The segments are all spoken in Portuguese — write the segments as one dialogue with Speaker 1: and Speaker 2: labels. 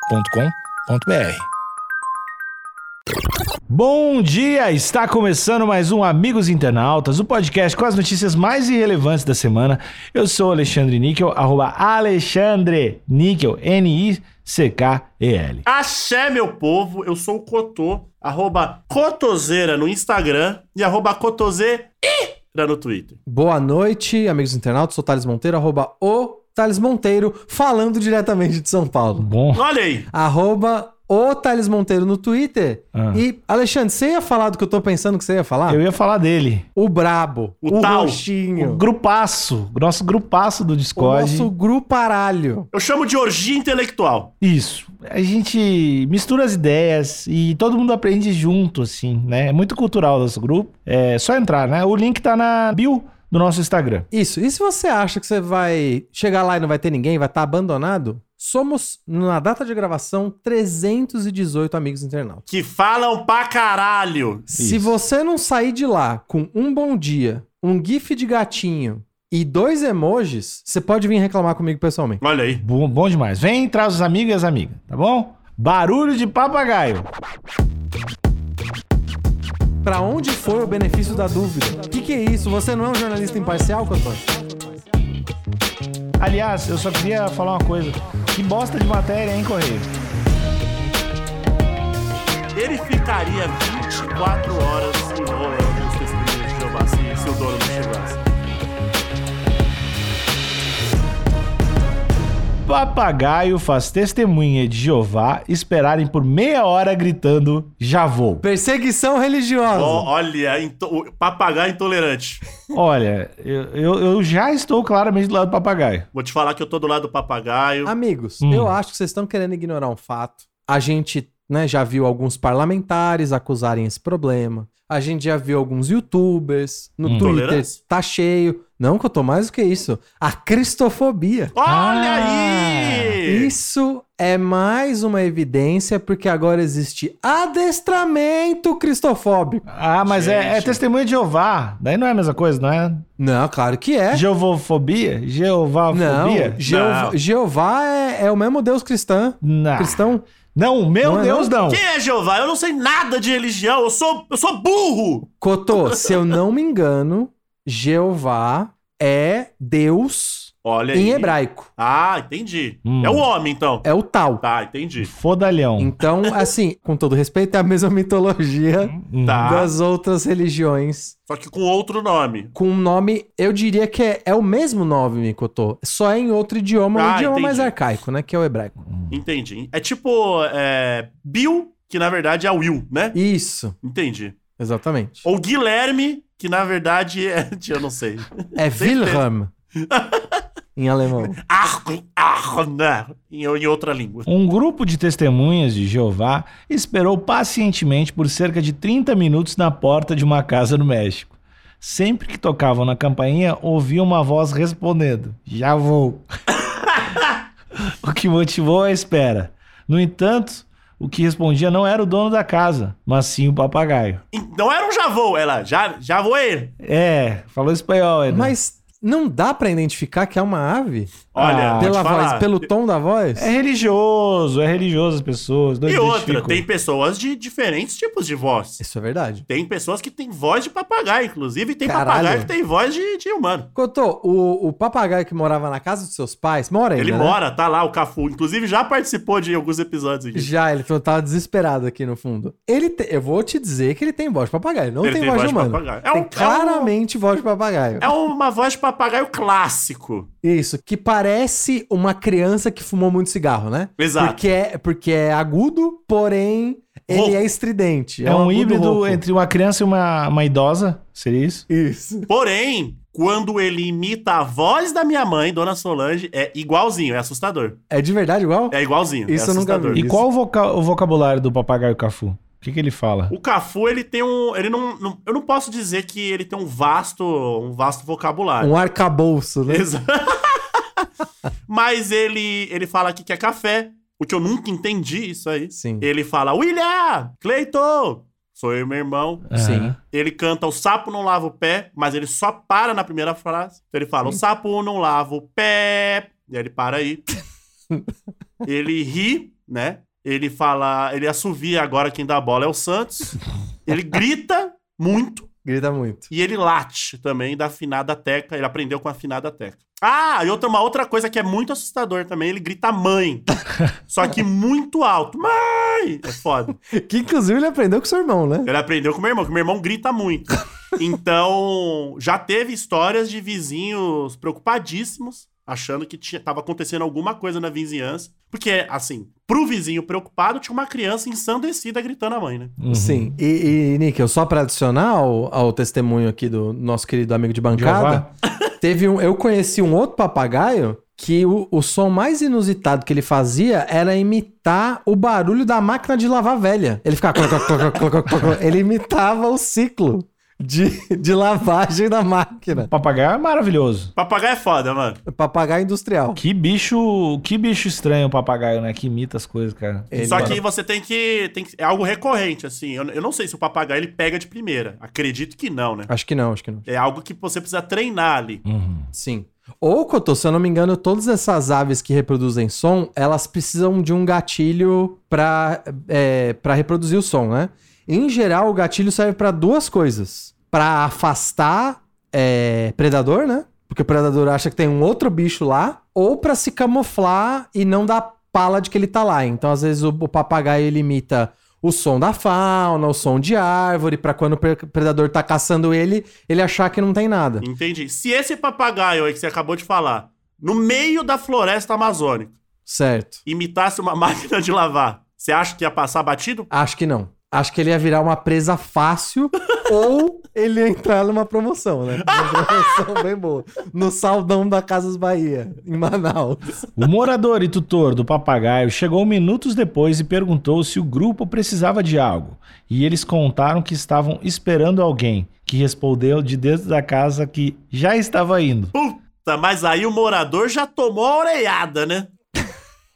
Speaker 1: agenciadepodcast.com.br.
Speaker 2: Bom dia! Está começando mais um Amigos Internautas, o podcast com as notícias mais irrelevantes da semana. Eu sou Alexandre Níquel, arroba Alexandre Níquel, N-I-C-K-E-L.
Speaker 3: Axé, meu povo, eu sou o Cotô, arroba Cotoseira no Instagram e arroba Cotoseira no Twitter.
Speaker 4: Boa noite, amigos internautas. Sou Thales Monteiro, arroba o Thales Monteiro, falando diretamente de São Paulo.
Speaker 2: Bom,
Speaker 3: Olha aí,
Speaker 4: Arroba o Thales Monteiro no Twitter.
Speaker 2: Ah.
Speaker 4: E, Alexandre, você ia falar do que eu tô pensando que você ia falar?
Speaker 2: eu ia falar dele.
Speaker 4: O Brabo,
Speaker 3: O tal.
Speaker 2: O
Speaker 4: Roxinho,
Speaker 2: grupaço, nosso grupaço do
Speaker 4: o,
Speaker 2: Discord.
Speaker 4: nosso gruparalho.
Speaker 3: eu chamo de orgia intelectual.
Speaker 2: Isso. A gente mistura as ideias e todo mundo aprende junto, assim, né? É muito cultural o nosso grupo. É só entrar, né? O link tá na bio do nosso Instagram.
Speaker 4: Isso. E se você acha que você vai chegar lá e não vai ter ninguém, vai estar abandonado, somos, na data de gravação, 318 amigos internautas.
Speaker 3: Que falam pra caralho.
Speaker 4: Se
Speaker 2: Isso.
Speaker 4: você não sair de lá com um bom dia, um gif de gatinho e dois emojis, você pode vir reclamar comigo pessoalmente.
Speaker 3: Olha aí.
Speaker 2: Bom, bom demais. Vem, traz os amigos e as amigas, tá bom? Barulho de papagaio.
Speaker 4: Pra onde foi o benefício da dúvida? O que, que é isso? Você não é um jornalista imparcial, Cotô?
Speaker 2: Aliás, eu só queria falar uma coisa. Que bosta de matéria, hein, Correio?
Speaker 3: Ele ficaria 24 horas enrolando os testemunhos de Jeová assim, se, se o dono não chegasse.
Speaker 2: Papagaio faz testemunha de Jeová esperarem por meia hora gritando, já vou.
Speaker 4: Perseguição religiosa.
Speaker 3: Ó, olha, into- o papagaio intolerante.
Speaker 2: Olha, eu, eu- eu já estou claramente do lado do papagaio.
Speaker 3: Vou te falar que eu tô do lado do papagaio.
Speaker 4: Amigos,
Speaker 2: Hum.
Speaker 4: eu acho que vocês estão querendo ignorar um fato. A gente né, já viu alguns parlamentares acusarem esse problema. A gente já viu alguns youtubers. No
Speaker 2: Hum.
Speaker 4: Twitter
Speaker 3: Tolerância?
Speaker 4: tá cheio. Não, que eu tô mais do que isso. A cristofobia.
Speaker 3: Olha
Speaker 2: Ah,
Speaker 3: aí!
Speaker 4: Isso é mais uma evidência porque agora existe adestramento cristofóbico.
Speaker 2: Ah, mas é, é
Speaker 3: Gente.
Speaker 2: testemunha de Jeová. Daí não é a mesma coisa, não é?
Speaker 4: Não, claro que é.
Speaker 2: Jeovofobia?
Speaker 4: Não,
Speaker 2: Jeovafobia?
Speaker 4: Jeov-
Speaker 3: Não.
Speaker 4: Jeová é, é o mesmo Deus cristã.
Speaker 2: Não.
Speaker 4: Cristão?
Speaker 2: Não, meu
Speaker 4: Não é
Speaker 2: Deus, não.
Speaker 3: Quem é Jeová? Eu não sei nada de religião, eu sou, eu sou burro!
Speaker 4: Cotô, se eu não me engano, Jeová é Deus
Speaker 3: Olha aí.
Speaker 4: em hebraico.
Speaker 3: Ah, entendi.
Speaker 2: Hum.
Speaker 3: É o homem, então.
Speaker 4: É o tal.
Speaker 3: Tá, entendi.
Speaker 2: Fodalhão.
Speaker 4: Então, assim, com todo respeito, é a mesma mitologia
Speaker 2: Hum.
Speaker 3: Tá.
Speaker 4: das outras religiões.
Speaker 3: Só que com outro nome.
Speaker 4: Com um nome, eu diria que é, é o mesmo nome, Cotô. Só é em outro idioma, um
Speaker 3: Ah,
Speaker 4: idioma
Speaker 3: entendi.
Speaker 4: mais arcaico, né? Que é o hebraico.
Speaker 2: Hum.
Speaker 3: Entendi. É tipo é, Bill, que na verdade é Will, né?
Speaker 4: Isso,
Speaker 3: Entendi.
Speaker 4: exatamente.
Speaker 3: Ou Guilherme, que na verdade é. Eu não sei.
Speaker 4: É Wilhelm. em alemão.
Speaker 3: Ar- ar- né? Em, em outra língua.
Speaker 2: Um grupo de testemunhas de Jeová esperou pacientemente por cerca de 30 minutos na porta de uma casa no México. Sempre que tocavam na campainha, ouvia uma voz respondendo: Já vou. o que motivou a espera. No entanto, o que respondia não era o dono da casa, mas sim o papagaio.
Speaker 3: E Não era um javô, ela. Já, já vou ele.
Speaker 2: É, falou espanhol,
Speaker 3: né?
Speaker 2: Edu.
Speaker 4: Mas não dá pra identificar que é uma ave?
Speaker 3: Olha,
Speaker 2: Ah,
Speaker 3: vou te
Speaker 4: Pela
Speaker 3: falar.
Speaker 4: voz, pelo tom da voz?
Speaker 2: É religioso, é religioso as pessoas. não
Speaker 3: E outra,
Speaker 2: identificam.
Speaker 3: tem pessoas de diferentes tipos de voz.
Speaker 4: Isso é verdade.
Speaker 3: Tem pessoas que têm voz de papagaio, inclusive, e tem
Speaker 4: Caralho.
Speaker 3: papagaio que tem voz de, de humano.
Speaker 4: Cotô, o, o papagaio que morava na casa dos seus pais, mora ainda,
Speaker 3: Ele
Speaker 4: né?
Speaker 3: mora, tá lá, o Cafu. Inclusive, já participou de alguns episódios aqui.
Speaker 4: Já, ele falou, tava desesperado aqui no fundo. Ele te- eu vou te dizer que ele tem voz de papagaio, não
Speaker 3: Ele
Speaker 4: tem, voz de humano.
Speaker 3: papagaio. É
Speaker 4: Tem
Speaker 3: um- é um-
Speaker 4: claramente voz de papagaio.
Speaker 3: É uma voz de papagaio clássico.
Speaker 4: Isso, que parece uma criança que fumou muito cigarro, né?
Speaker 3: Exato.
Speaker 4: Porque é, porque é agudo, porém ele
Speaker 3: Rouco.
Speaker 4: é estridente.
Speaker 2: É um
Speaker 4: agudo
Speaker 2: híbrido
Speaker 4: rouco.
Speaker 2: entre uma criança e uma, uma idosa, seria isso?
Speaker 4: Isso.
Speaker 3: Porém, quando ele imita a voz da minha mãe, Dona Solange, é igualzinho, é assustador.
Speaker 4: É de verdade igual?
Speaker 3: É igualzinho.
Speaker 4: Isso
Speaker 3: é
Speaker 4: eu nunca
Speaker 3: assustador.
Speaker 4: vi.
Speaker 2: E qual o, voca- o vocabulário do papagaio Cafu? O que, que ele fala?
Speaker 3: O Cafu, ele tem um. Ele não, não- Eu não posso dizer que ele tem um vasto. um vasto vocabulário.
Speaker 4: Um arcabouço, né?
Speaker 3: Exato. Mas ele, ele fala aqui que é café. O que eu nunca entendi isso aí.
Speaker 4: Sim.
Speaker 3: Ele fala, William! Cleiton! Sou eu e meu irmão.
Speaker 4: Sim.
Speaker 3: Ele canta O Sapo Não Lava o Pé, mas ele só para na primeira frase. Então ele fala: O Sapo não lava o pé. E aí ele para aí. Ele ri, né? Ele fala, ele assovia agora quem dá a bola é o Santos. Ele grita muito
Speaker 4: Grita muito.
Speaker 3: e ele late também da afinada teca. Ele aprendeu com a afinada teca. Ah, e outra, uma outra coisa que é muito assustador também, ele grita mãe. Só que muito alto. Mãe! É foda.
Speaker 4: Que inclusive ele aprendeu com seu irmão, né?
Speaker 3: Ele aprendeu com meu irmão, que meu irmão grita muito. Então, já teve histórias de vizinhos preocupadíssimos, achando que tinha, tava acontecendo alguma coisa na vizinhança. Porque, assim, pro vizinho preocupado, tinha uma criança ensandecida gritando a mãe, né?
Speaker 2: Uhum.
Speaker 4: Sim. E, e Níquel, só pra adicionar ao, ao testemunho aqui do nosso querido amigo de bancada,
Speaker 2: Jeová?
Speaker 4: teve um. Eu conheci um outro papagaio que o, o som mais inusitado que ele fazia era imitar o barulho da máquina de lavar velha. Ele ficava. cloc, cloc, cloc, cloc, cloc, cloc. ele imitava o ciclo de, de lavagem da máquina.
Speaker 2: O papagaio é maravilhoso.
Speaker 3: Papagaio é foda, mano.
Speaker 4: Papagaio industrial.
Speaker 2: Que bicho, que bicho estranho o papagaio, né? Que imita as coisas, cara.
Speaker 4: Ele-
Speaker 3: Só que você tem que, tem que- É algo recorrente, assim. Eu, eu não sei se o papagaio ele pega de primeira. Acredito que não, né?
Speaker 4: Acho que não, acho que não.
Speaker 3: É algo que você precisa treinar ali.
Speaker 2: Uhum.
Speaker 4: Sim. Ou, Cotô, se eu não me engano, todas essas aves que reproduzem som, elas precisam de um gatilho pra, é, pra reproduzir o som, né? Em geral, o gatilho serve pra duas coisas. Pra afastar é, predador, né? Porque o predador acha que tem um outro bicho lá. Ou pra se camuflar e não dar pala de que ele tá lá. Então, às vezes, o, o papagaio ele imita o som da fauna, o som de árvore, pra quando o pre- predador tá caçando ele, ele achar que não tem nada.
Speaker 3: Entendi. Se esse papagaio aí que você acabou de falar, no meio da floresta amazônica,
Speaker 4: Certo.
Speaker 3: imitasse uma máquina de lavar, você acha que ia passar batido?
Speaker 4: Acho que não. Acho que ele ia virar uma presa fácil ou ele ia entrar numa promoção, né? Uma promoção bem boa. No saldão da Casas Bahia, em Manaus.
Speaker 2: O morador e tutor do papagaio chegou minutos depois e perguntou se o grupo precisava de algo. E eles contaram que estavam esperando alguém, que respondeu de dentro da casa que já estava indo.
Speaker 3: Tá, mas aí o morador já tomou a orelhada, né?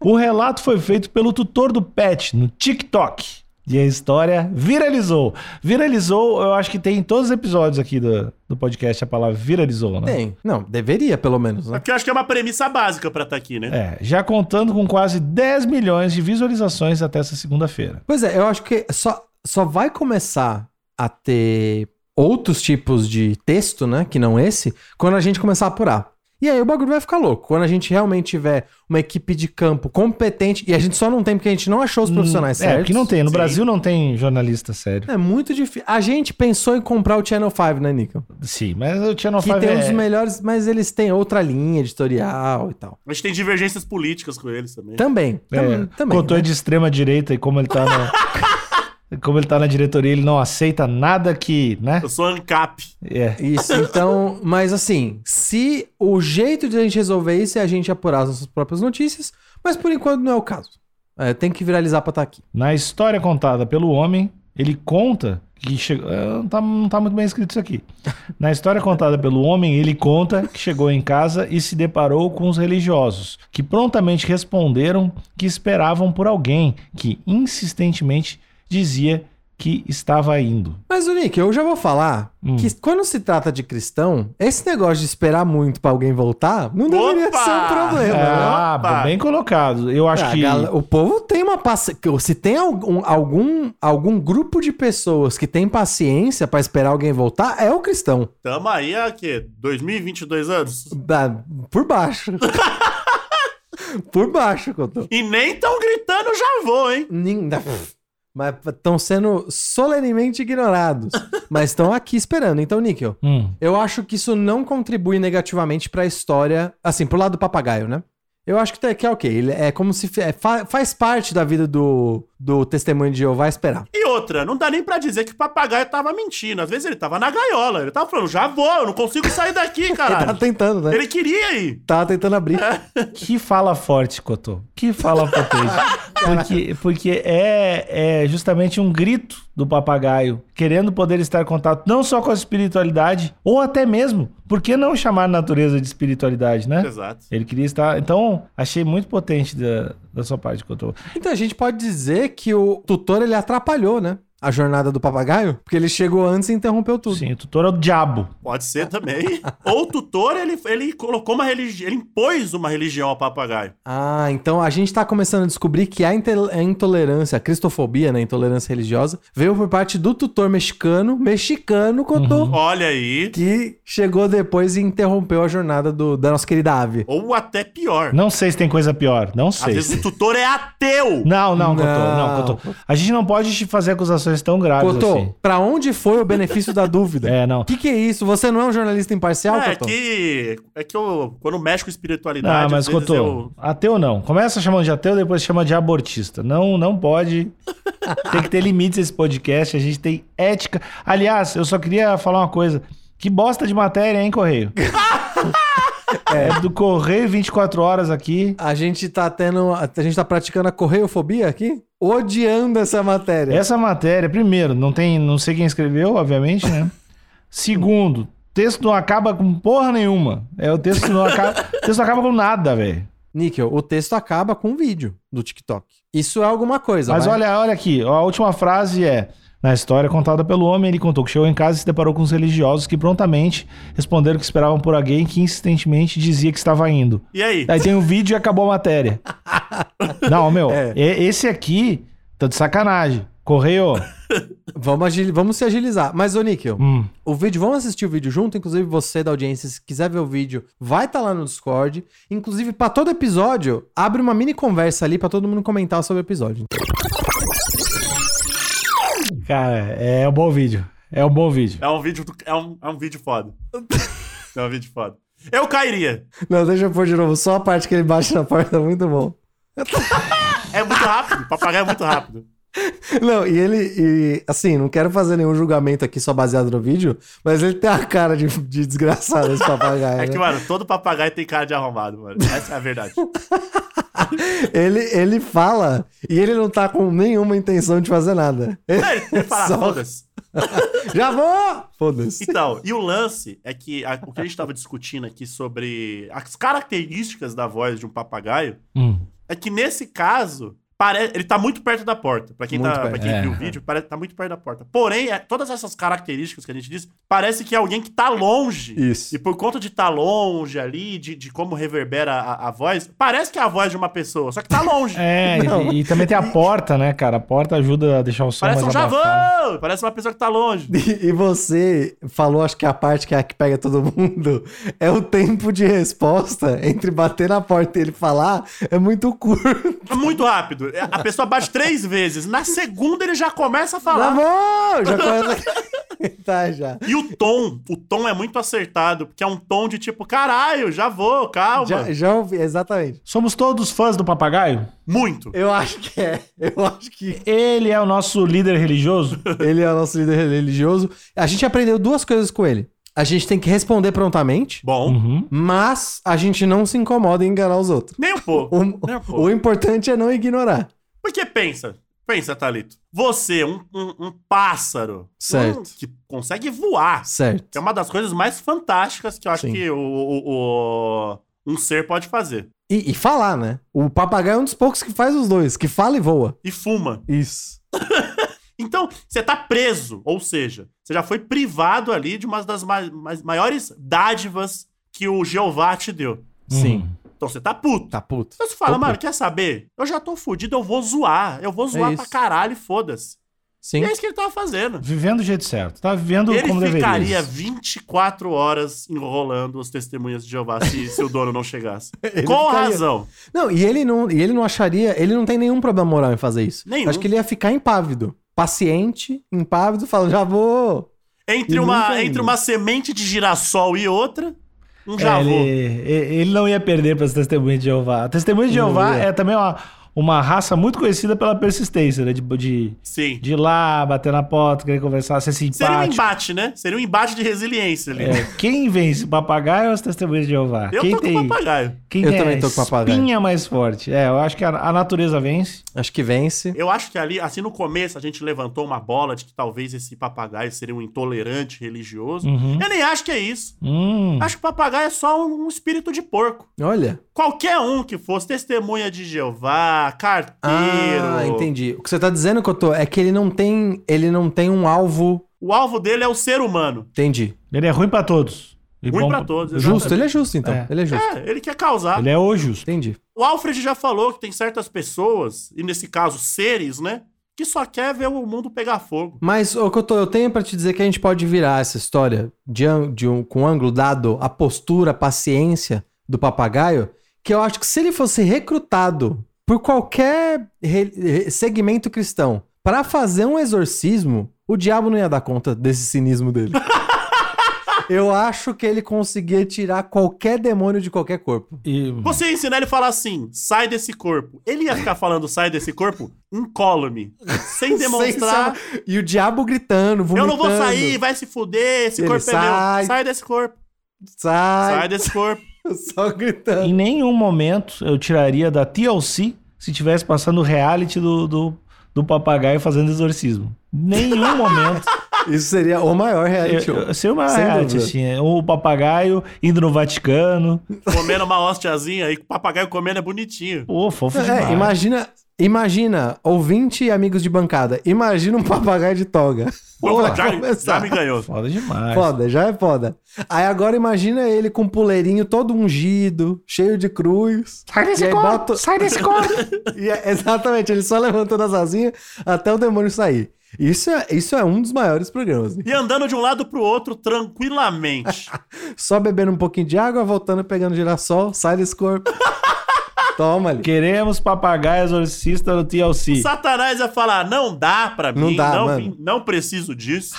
Speaker 2: O relato foi feito pelo tutor do pet no TikTok. E a história viralizou. Viralizou, eu acho que tem em todos os episódios aqui do, do podcast a palavra viralizou, né?
Speaker 4: Tem. Não, deveria, pelo menos,
Speaker 3: É
Speaker 4: né?
Speaker 3: Porque eu acho que é uma premissa básica pra estar aqui, né?
Speaker 2: É, já contando com quase 10 milhões de visualizações até essa segunda-feira.
Speaker 4: Pois é, eu acho que só, só vai começar a ter outros tipos de texto, né? Que não esse, quando a gente começar a apurar. E aí o bagulho vai ficar louco. Quando a gente realmente tiver uma equipe de campo competente, e a gente só não tem porque a gente não achou os profissionais
Speaker 2: Hum, É,
Speaker 4: certos.
Speaker 2: porque não tem. No
Speaker 3: Sim.
Speaker 2: Brasil não tem jornalista sério.
Speaker 4: É muito difícil. A gente pensou em comprar o Channel 5, né, Nico?
Speaker 2: Sim, mas o Channel
Speaker 4: Que
Speaker 2: 5
Speaker 4: tem um dos
Speaker 2: é...
Speaker 4: melhores, mas eles têm outra linha editorial e tal.
Speaker 3: A gente tem divergências políticas com eles também.
Speaker 4: Também.
Speaker 2: é,
Speaker 4: tam- também.
Speaker 2: Couto é
Speaker 4: né?
Speaker 2: de extrema direita e como ele tá na... como ele tá na diretoria, ele não aceita nada que, né?
Speaker 3: Eu sou ANCAP.
Speaker 2: É.
Speaker 4: Isso, então, mas assim, se o jeito de a gente resolver isso é a gente apurar as nossas próprias notícias, mas por enquanto não é o caso. É, tem que viralizar pra estar aqui.
Speaker 2: Na história contada pelo homem, ele conta que chegou. Ah, Não tá, não tá muito bem escrito isso aqui. Na história contada pelo homem, ele conta que chegou em casa e se deparou com os religiosos, que prontamente responderam que esperavam por alguém que insistentemente dizia que estava indo.
Speaker 4: Mas, o Nick, eu já vou falar
Speaker 2: Hum.
Speaker 4: que quando se trata de cristão, esse negócio de esperar muito pra alguém voltar não deveria
Speaker 3: Opa!
Speaker 4: ser um problema. né?
Speaker 2: Ah,
Speaker 3: Opa!
Speaker 2: bem colocado. Eu acho
Speaker 4: Ah,
Speaker 2: que.
Speaker 4: gal- O povo tem uma paciência. Se tem algum, algum, algum grupo de pessoas que tem paciência pra esperar alguém voltar, é o cristão.
Speaker 3: Tamo aí há quê? 2022 anos?
Speaker 4: Da- Por baixo. Por baixo, Cotô.
Speaker 3: E nem tão gritando, já vou, hein?
Speaker 4: Nin- da- Mas estão sendo solenemente ignorados. Mas estão aqui esperando. Então, Níquel,
Speaker 2: Hum.
Speaker 4: eu acho que isso não contribui negativamente pra história. Assim, pro lado do papagaio, né? Eu acho que, tá- que é ok. Ele É como se. fi- é, fa- faz parte da vida do, do testemunho de Jeová esperar.
Speaker 3: E outra, não dá nem pra dizer que o papagaio tava mentindo. Às vezes ele tava na gaiola. Ele tava falando, já vou, eu não consigo sair daqui,
Speaker 4: Ele tá
Speaker 3: caralho.
Speaker 4: tentando, né? É.
Speaker 3: Ele queria ir.
Speaker 4: Tava tentando abrir.
Speaker 2: Que fala forte, Cotô. Que fala potente. Porque, porque é, é justamente um grito do papagaio, querendo poder estar em contato não só com a espiritualidade, ou até mesmo, por que não chamar a natureza de espiritualidade, né?
Speaker 3: Exato.
Speaker 2: Ele queria estar. Então, achei muito potente da, da sua parte, Cotô.
Speaker 4: Então a gente pode dizer que o tutor ele atrapalhou, né? A jornada do papagaio? Porque ele chegou antes e interrompeu tudo.
Speaker 2: Sim, o tutor é o diabo.
Speaker 3: Pode ser também. Ou o tutor, ele, ele colocou uma religião, ele impôs uma religião ao papagaio.
Speaker 4: Ah, então a gente tá começando a descobrir que a intel- a intolerância, a cristofobia, né, a intolerância religiosa, veio por parte do tutor mexicano, mexicano, Cotô,
Speaker 2: Uhum.
Speaker 3: Olha aí.
Speaker 4: que chegou depois e interrompeu a jornada do- da nossa querida ave.
Speaker 3: Ou até pior.
Speaker 2: Não sei se tem coisa pior. Não
Speaker 3: Às
Speaker 2: sei.
Speaker 3: vezes o tutor é ateu.
Speaker 2: Não, não, Cotô.
Speaker 4: Não.
Speaker 2: Não, Cotô. A gente não pode te fazer acusações tão graves
Speaker 4: Cotô,
Speaker 2: assim.
Speaker 4: pra onde foi o benefício da dúvida?
Speaker 2: É, não.
Speaker 4: O que, que é isso? Você não é um jornalista imparcial,
Speaker 3: é,
Speaker 4: Cotô?
Speaker 3: que, é que eu, quando mexo com espiritualidade,
Speaker 2: Ah, mas
Speaker 3: às vezes
Speaker 2: Cotô,
Speaker 3: eu-
Speaker 2: ateu não. Começa chamando de ateu, depois chama de abortista. Não, não pode. tem que ter limites esse podcast, a gente tem ética. Aliás, eu só queria falar uma coisa. Que bosta de matéria, hein, Correio? é do Correio 24 horas aqui.
Speaker 4: A gente tá tendo. A gente tá praticando a correiofobia aqui? Odiando essa matéria.
Speaker 2: Essa matéria, primeiro, não tem, não sei quem escreveu, obviamente, né? Segundo, texto não acaba com porra nenhuma. É o texto não acaba, texto não acaba com nada, velho.
Speaker 4: Níquel, o texto acaba com um vídeo do TikTok. Isso é alguma coisa,
Speaker 2: Mas
Speaker 4: vai?
Speaker 2: olha, olha aqui, ó, a última frase é: na história contada pelo homem, ele contou que chegou em casa e se deparou com os religiosos que prontamente responderam que esperavam por alguém que insistentemente dizia que estava indo.
Speaker 3: E aí?
Speaker 2: Aí tem o vídeo e acabou a matéria. Não, meu,
Speaker 4: É.
Speaker 2: e- esse aqui tá de sacanagem. Correio.
Speaker 4: Vamos, agili- vamos se agilizar. Mas, ô Níquel,
Speaker 2: Hum.
Speaker 4: o vídeo, vamos assistir o vídeo junto. Inclusive, você da audiência, se quiser ver o vídeo, vai estar lá no Discord. Inclusive, pra todo episódio, abre uma mini conversa ali pra todo mundo comentar sobre o episódio.
Speaker 2: Cara, é um bom vídeo. É um bom vídeo.
Speaker 3: É um vídeo, do- é um, é um vídeo foda. é um vídeo foda. Eu cairia.
Speaker 4: Não, deixa eu pôr de novo. Só a parte que ele bate na porta, muito bom.
Speaker 3: É muito rápido. Papagaio é muito rápido.
Speaker 4: Não, e ele, e, assim, não quero fazer nenhum julgamento aqui só baseado no vídeo, mas ele tem a cara de, de desgraçado esse papagaio.
Speaker 3: É que,
Speaker 4: né?
Speaker 3: mano, todo papagaio tem cara de arrombado, mano. Essa é a verdade.
Speaker 4: ele, ele fala e ele não tá com nenhuma intenção de fazer nada.
Speaker 3: É, ele tem que falar,
Speaker 4: Só-
Speaker 3: foda-se.
Speaker 4: Já vou! Foda-se.
Speaker 3: Então, e o lance é que a- o que a gente tava discutindo aqui sobre as características da voz de um papagaio
Speaker 2: Hum.
Speaker 3: é que nesse caso, pare... ele tá muito perto da porta. Pra quem,
Speaker 4: Muito
Speaker 3: tá,
Speaker 4: perto.
Speaker 3: pra quem
Speaker 2: É.
Speaker 3: viu o vídeo, pare... tá muito perto da porta. Porém, é- todas essas características que a gente disse, parece que é alguém que tá longe.
Speaker 4: Isso.
Speaker 3: E por conta de tá longe ali, de, de como reverbera a, a voz, parece que é a voz de uma pessoa, só que tá longe.
Speaker 2: É,
Speaker 4: Não.
Speaker 2: e, e também tem a porta, né, cara? A porta ajuda a deixar o som
Speaker 3: Parece um
Speaker 2: mais abafado.
Speaker 3: javão! Parece uma pessoa que tá longe.
Speaker 4: E, e você falou, acho que a parte que é a que pega todo mundo é o tempo de resposta entre bater na porta e ele falar é muito curto.
Speaker 3: É Muito rápido. A pessoa bate três vezes. Na segunda ele já começa a falar.
Speaker 4: Já vou! Já começa. tá, já.
Speaker 3: E o tom, o tom é muito acertado, porque é um tom de tipo, caralho, já vou, calma.
Speaker 4: Já, já ouvi, exatamente.
Speaker 2: Somos todos fãs do papagaio?
Speaker 3: Muito.
Speaker 4: Eu acho que é. Eu acho que
Speaker 2: Ele é o nosso líder religioso?
Speaker 4: ele é o nosso líder religioso. A gente aprendeu duas coisas com ele. A gente tem que responder prontamente,
Speaker 3: Bom,
Speaker 2: Uhum.
Speaker 4: mas a gente não se incomoda em enganar os outros.
Speaker 3: nem um pouco.
Speaker 4: O,
Speaker 3: Nem um pouco.
Speaker 4: o importante é não ignorar.
Speaker 3: Porque pensa, pensa, Thalito. Você, um, um, um pássaro.
Speaker 4: Certo.
Speaker 3: um que consegue voar.
Speaker 4: Certo.
Speaker 3: Que é uma das coisas mais fantásticas que eu acho
Speaker 4: Sim.
Speaker 3: que o, o- o- um ser pode fazer.
Speaker 4: E, e falar, né? O papagaio é um dos poucos que faz os dois, que fala e voa.
Speaker 3: E fuma.
Speaker 4: Isso.
Speaker 3: Então, você tá preso, ou seja, você já foi privado ali de uma das ma- mais- maiores dádivas que o Jeová te deu.
Speaker 4: Sim.
Speaker 2: Uhum.
Speaker 3: Então você tá puto.
Speaker 4: Tá puto.
Speaker 3: Então você fala,
Speaker 4: Opa.
Speaker 3: mano, quer saber? Eu já tô fudido, eu vou zoar. Eu vou zoar pra
Speaker 4: isso.
Speaker 3: caralho, e foda-se. E
Speaker 4: Sim.
Speaker 3: é isso que ele tava fazendo.
Speaker 2: Vivendo do jeito certo. Tá vivendo
Speaker 3: ele
Speaker 2: como
Speaker 3: ficaria
Speaker 2: deveria.
Speaker 3: 24 horas enrolando os testemunhas de Jeová se, se o dono não chegasse.
Speaker 4: Ele
Speaker 3: Com
Speaker 4: ficaria-
Speaker 3: razão.
Speaker 4: Não, e ele não, e ele não acharia, ele não tem nenhum problema moral em fazer isso.
Speaker 3: Nenhum.
Speaker 4: Acho que ele ia ficar impávido. Paciente, impávido, falando, já vou.
Speaker 3: Entre
Speaker 4: E
Speaker 3: uma,
Speaker 4: nunca
Speaker 3: entre
Speaker 4: indo.
Speaker 3: uma semente de girassol e outra, um
Speaker 2: É,
Speaker 3: javô.
Speaker 2: ele, e- ele não ia perder para as testemunhas de Jeová. A testemunha de
Speaker 4: Não
Speaker 2: Jeová
Speaker 4: ia.
Speaker 2: é também uma, uma raça muito conhecida pela persistência, né? De, de,
Speaker 3: Sim.
Speaker 2: de ir lá, bater na porta, querer conversar, ser
Speaker 3: Seria um
Speaker 2: simpático.
Speaker 3: embate, né? Seria um embate de resiliência ali.
Speaker 2: É, quem vence, o papagaio ou as testemunhas de Jeová?
Speaker 3: Eu
Speaker 2: quem
Speaker 3: tô com o papagaio.
Speaker 2: Quem
Speaker 4: Eu
Speaker 2: é
Speaker 4: também tô com papagaio.
Speaker 2: espinha mais forte? É, eu acho que a, a natureza vence.
Speaker 4: Acho que vence.
Speaker 3: Eu acho que ali, assim no começo, a gente levantou uma bola de que talvez esse papagaio seria um intolerante religioso.
Speaker 2: Uhum.
Speaker 3: Eu nem acho que é isso.
Speaker 2: Hum.
Speaker 3: Acho que o papagaio é só um, um espírito de porco.
Speaker 4: Olha.
Speaker 3: Qualquer um que fosse testemunha de Jeová, celular, carteiro.
Speaker 4: Ah, entendi. O que você tá dizendo, Cotô, é que ele não tem, ele não tem um alvo.
Speaker 3: O alvo dele é o ser humano.
Speaker 4: Entendi.
Speaker 2: Ele é ruim pra todos. E
Speaker 3: Ruim
Speaker 2: bom
Speaker 3: pra todos.
Speaker 4: Justo, ele é justo, então.
Speaker 2: É.
Speaker 4: Ele é justo.
Speaker 3: É, ele quer causar.
Speaker 2: Ele é o justo.
Speaker 4: Entendi.
Speaker 3: O Alfred já falou que tem certas pessoas, e nesse caso seres, né? Que só quer ver o mundo pegar fogo.
Speaker 4: Mas, ô Cotô, eu tenho pra te dizer que a gente pode virar essa história de, an- de um, com ângulo dado, a postura, a paciência do papagaio, que eu acho que se ele fosse recrutado por qualquer re- re- segmento cristão pra fazer um exorcismo, o diabo não ia dar conta desse cinismo dele. Eu acho que ele conseguia tirar qualquer demônio de qualquer corpo.
Speaker 2: E...
Speaker 3: Você ia ensinar ele a falar assim: sai desse corpo. Ele ia ficar falando sai desse corpo incólume. Sem demonstrar.
Speaker 4: Sem- E o diabo gritando,
Speaker 3: eu
Speaker 4: vomitando.
Speaker 3: não vou sair, vai se fuder, esse
Speaker 4: Ele
Speaker 3: corpo é
Speaker 4: sai.
Speaker 3: meu. Sai desse corpo. Sai
Speaker 4: Sai,
Speaker 3: desse corpo.
Speaker 4: só gritando.
Speaker 2: Em nenhum momento eu tiraria da TLC se tivesse passando o reality do, do, do papagaio fazendo exorcismo. Nenhum momento.
Speaker 4: Isso seria o maior reality show.
Speaker 2: eu, eu, seria uma
Speaker 4: Sem
Speaker 2: reality,
Speaker 4: dúvida.
Speaker 2: assim. é, O papagaio indo no Vaticano.
Speaker 3: Comendo uma hostiazinha e o papagaio comendo é bonitinho.
Speaker 2: Pô, fofo demais.
Speaker 4: É, imagina, imagina, ouvinte e amigos de bancada, imagina um papagaio de toga.
Speaker 3: Pô,
Speaker 4: Pra
Speaker 3: já,
Speaker 4: começar.
Speaker 3: já me ganhou.
Speaker 2: Foda demais.
Speaker 4: Foda, já é foda. Aí agora imagina ele com um puleirinho todo ungido, cheio de cruz.
Speaker 1: Sai
Speaker 4: E
Speaker 1: desse
Speaker 4: aí
Speaker 1: corpo!
Speaker 4: bota-
Speaker 1: Sai desse corpo!
Speaker 4: E é- exatamente, ele só levantando as asinhas até o demônio sair. Isso é, isso é um dos maiores programas. né?
Speaker 3: E andando de um lado pro outro tranquilamente.
Speaker 4: Só bebendo um pouquinho de água, voltando, pegando girassol, sai desse corpo. Toma ali.
Speaker 2: Queremos papagaio exorcista no TLC.
Speaker 3: Satanás ia falar: não dá pra
Speaker 4: Não
Speaker 3: mim,
Speaker 4: dá,
Speaker 3: não,
Speaker 4: mano.
Speaker 3: não preciso disso.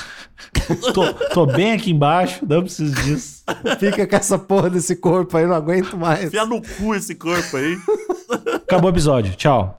Speaker 2: Tô, tô bem aqui embaixo, não preciso disso.
Speaker 4: Fica com essa porra desse corpo aí, não aguento mais.
Speaker 3: Enfia no cu esse corpo aí.
Speaker 2: Acabou o episódio. Tchau.